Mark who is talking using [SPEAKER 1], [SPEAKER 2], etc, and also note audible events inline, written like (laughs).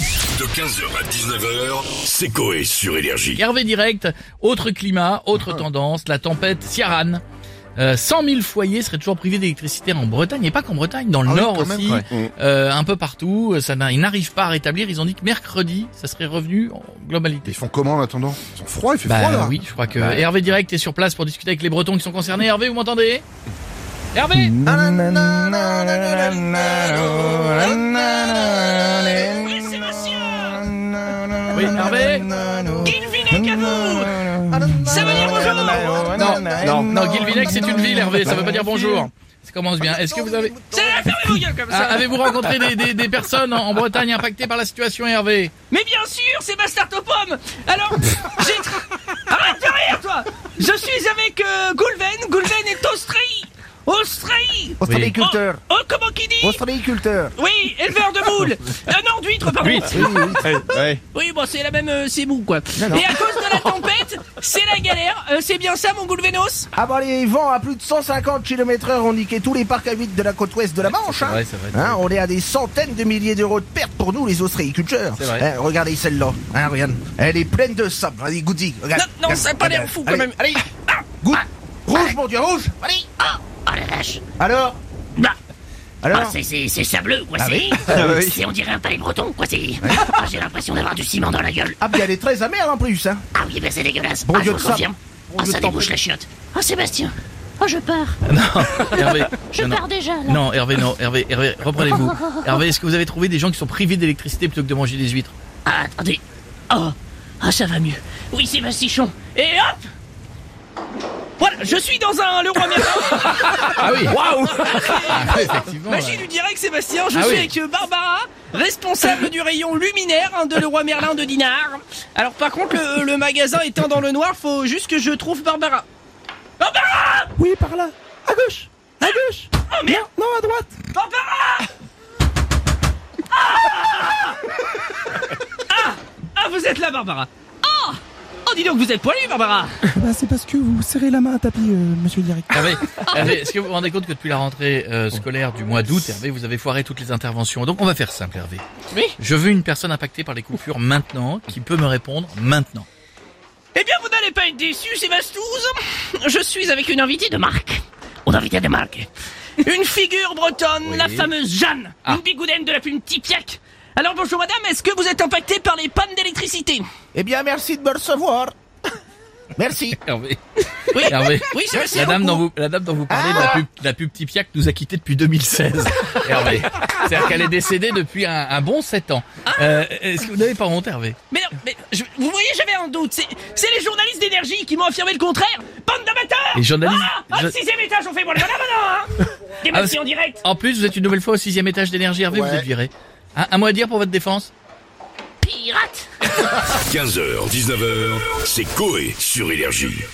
[SPEAKER 1] De 15h à 19h, c'est Coé sur Énergie.
[SPEAKER 2] Hervé Direct, autre climat,
[SPEAKER 3] Ah.
[SPEAKER 2] autre tendance, la tempête Ciaran. Euh, 100 000 foyers seraient toujours privés d'électricité en Bretagne, et pas qu'en Bretagne, dans le
[SPEAKER 3] Ah oui,
[SPEAKER 2] Nord
[SPEAKER 3] quand même,
[SPEAKER 2] aussi, euh, un peu partout. Ça n'a- ils n'arrivent pas à rétablir. Ils ont dit que mercredi, ça serait revenu en globalité.
[SPEAKER 3] Ils font comment en attendant Ils sont froids, il fait froid
[SPEAKER 2] Bah
[SPEAKER 3] là euh,
[SPEAKER 2] oui, je crois que Hervé Direct est sur place pour discuter avec les Bretons qui sont concernés. Hervé, vous m'entendez Hervé Oui, Hervé
[SPEAKER 4] Ça veut dire bonjour
[SPEAKER 2] Non, non, non, Guilvinec, c'est une ville, Hervé, ça veut pas dire
[SPEAKER 3] Bah,
[SPEAKER 2] bonjour. Ça commence bien. Est-ce que vous avez...
[SPEAKER 4] C'est la fermez vos gueules comme
[SPEAKER 2] Ah,
[SPEAKER 4] ça
[SPEAKER 2] Avez-vous rencontré des, des- des personnes en, en Bretagne impactées par la situation, Hervé
[SPEAKER 4] Mais bien sûr, c'est ma start aux pommes Alors, j'ai... Arrête de rire, toi Je suis avec euh, Goulven, Goulven est Australie Australie
[SPEAKER 5] Ostréiculteur
[SPEAKER 4] Oh, oh, comment qui dit
[SPEAKER 5] Ostréiculteur
[SPEAKER 4] Oui, éleveur de
[SPEAKER 2] (laughs)
[SPEAKER 4] moules Euh, Non, d'huîtres, pardon Oui, bon, c'est la même... euh, c'est mou, quoi. Et à cause de la tempête, c'est la galère. Euh, c'est bien ça, mon Goulvenos
[SPEAKER 5] Ah bah les vents à plus de 150 km heure ont niqué tous les parcs à vide de la côte ouest de la Manche. hein.
[SPEAKER 2] vrai, c'est vrai, c'est
[SPEAKER 5] Hein, on est à des centaines de milliers d'euros de pertes pour nous les ostréiculteurs.
[SPEAKER 2] C'est vrai.
[SPEAKER 5] Hein, regardez celle-là. Hein, regarde. Elle est pleine de sable. Allez, goody. Regarde.
[SPEAKER 4] Non, non,
[SPEAKER 5] Regarde.
[SPEAKER 4] ça a pas l'air
[SPEAKER 5] Regarde.
[SPEAKER 4] fou, quand
[SPEAKER 5] Allez,
[SPEAKER 4] même. Ah.
[SPEAKER 5] Allez, Goûte. Rouge, mon dieu, rouge. Allez. Oh, la vache.
[SPEAKER 6] Bah,
[SPEAKER 5] Alors
[SPEAKER 6] ah,
[SPEAKER 5] Alors
[SPEAKER 6] c'est- c'est c'est sableux, quoi,
[SPEAKER 5] Ah
[SPEAKER 6] c'est.
[SPEAKER 5] oui. Ah oui.
[SPEAKER 6] C'est- On dirait un palais breton, quoi, c'est. Ah, J'ai l'impression d'avoir du ciment dans la gueule.
[SPEAKER 5] Ah, puis elle est très amère en plus. Hein.
[SPEAKER 6] Ah oui, bah c'est dégueulasse.
[SPEAKER 5] Bon
[SPEAKER 6] ah,
[SPEAKER 5] Dieu
[SPEAKER 6] je
[SPEAKER 5] de
[SPEAKER 6] vous
[SPEAKER 5] sable.
[SPEAKER 6] confirme.
[SPEAKER 5] Bon
[SPEAKER 6] Ah,
[SPEAKER 5] Dieu
[SPEAKER 6] ça
[SPEAKER 5] de
[SPEAKER 6] débouche
[SPEAKER 5] tempête.
[SPEAKER 6] la chiotte. Ah, Sébastien. Ah, je pars.
[SPEAKER 2] Hervé,
[SPEAKER 6] Je
[SPEAKER 2] non, non.
[SPEAKER 6] pars déjà, là.
[SPEAKER 2] Non, Hervé, non, Hervé, Hervé, reprenez-vous. Hervé, est-ce que vous avez trouvé des gens qui sont privés d'électricité plutôt que de manger des huîtres
[SPEAKER 6] Ah, attendez. Oh, ah, ça va mieux. Oui, Sébastichon.
[SPEAKER 4] Et hop Voilà, je suis dans un Leroy Merlin
[SPEAKER 2] Ah
[SPEAKER 4] (laughs)
[SPEAKER 2] oui Waouh
[SPEAKER 4] Ah,
[SPEAKER 2] Effectivement.
[SPEAKER 4] Magie du direct, Sébastien. Je
[SPEAKER 2] Ah
[SPEAKER 4] suis
[SPEAKER 2] oui.
[SPEAKER 4] avec euh, Barbara, responsable du rayon luminaire hein, de Leroy Merlin de Dinard. Alors, par contre, le, le magasin étant dans le noir, faut juste que je trouve Barbara. Barbara
[SPEAKER 5] Oui, par là. À gauche. À gauche.
[SPEAKER 4] Oh merde
[SPEAKER 5] Non, à droite.
[SPEAKER 4] Barbara Ah Ah Ah, vous êtes là, Barbara Ah Oh, dis donc, vous êtes poilu, Barbara
[SPEAKER 7] Bah, c'est parce que vous serrez la main à tapis, euh, monsieur le directeur.
[SPEAKER 2] Hervé, Hervé, est-ce que vous vous rendez compte que depuis la rentrée euh, scolaire du mois d'août, Hervé, vous avez foiré toutes les interventions Donc on va faire simple, Hervé.
[SPEAKER 4] Oui
[SPEAKER 2] Je veux une personne impactée par les coupures maintenant, qui peut me répondre maintenant.
[SPEAKER 4] Eh bien, vous n'allez pas être déçu, Sébastouze Je suis avec une invitée de marque.
[SPEAKER 6] On a invité des marques.
[SPEAKER 4] Une figure bretonne,
[SPEAKER 2] Oui.
[SPEAKER 4] la fameuse Jeanne,
[SPEAKER 2] Ah.
[SPEAKER 4] une bigoudaine de la plume Tipiac. Alors bonjour madame, est-ce que vous êtes impactée par les pannes d'électricité
[SPEAKER 5] Eh bien, merci de me recevoir. (laughs) Merci.
[SPEAKER 2] Hervé,
[SPEAKER 4] Oui,
[SPEAKER 2] Hervé.
[SPEAKER 4] oui, c'est
[SPEAKER 2] La
[SPEAKER 4] possible.
[SPEAKER 2] dame, dont vous, la dame dont vous parlez,
[SPEAKER 4] Ah.
[SPEAKER 2] la pub, la pub Petit Piac, nous a quittés depuis
[SPEAKER 4] (laughs)
[SPEAKER 2] 2016. Hervé. C'est-à-dire qu'elle est décédée depuis un, un bon 7 ans.
[SPEAKER 4] Ah.
[SPEAKER 2] Euh, Est-ce que vous n'avez pas honte, Hervé
[SPEAKER 4] Mais non, mais je- vous voyez, j'avais un doute. C'est, c'est les journalistes d'énergie qui m'ont affirmé le contraire. Bande d'amateurs
[SPEAKER 2] Les journalistes-
[SPEAKER 4] Ah, ah,
[SPEAKER 2] je-
[SPEAKER 4] le sixième étage, on fait bon les malins maintenant, hein Des
[SPEAKER 2] (laughs) Ah,
[SPEAKER 4] maxis en direct
[SPEAKER 2] En plus, vous êtes une nouvelle fois au sixième étage d'énergie, Hervé, vous
[SPEAKER 3] Ouais.
[SPEAKER 2] êtes viré. Un, un mot à dire pour votre défense
[SPEAKER 6] Pirate.
[SPEAKER 1] 15h, 19h, c'est Coé sur Énergie.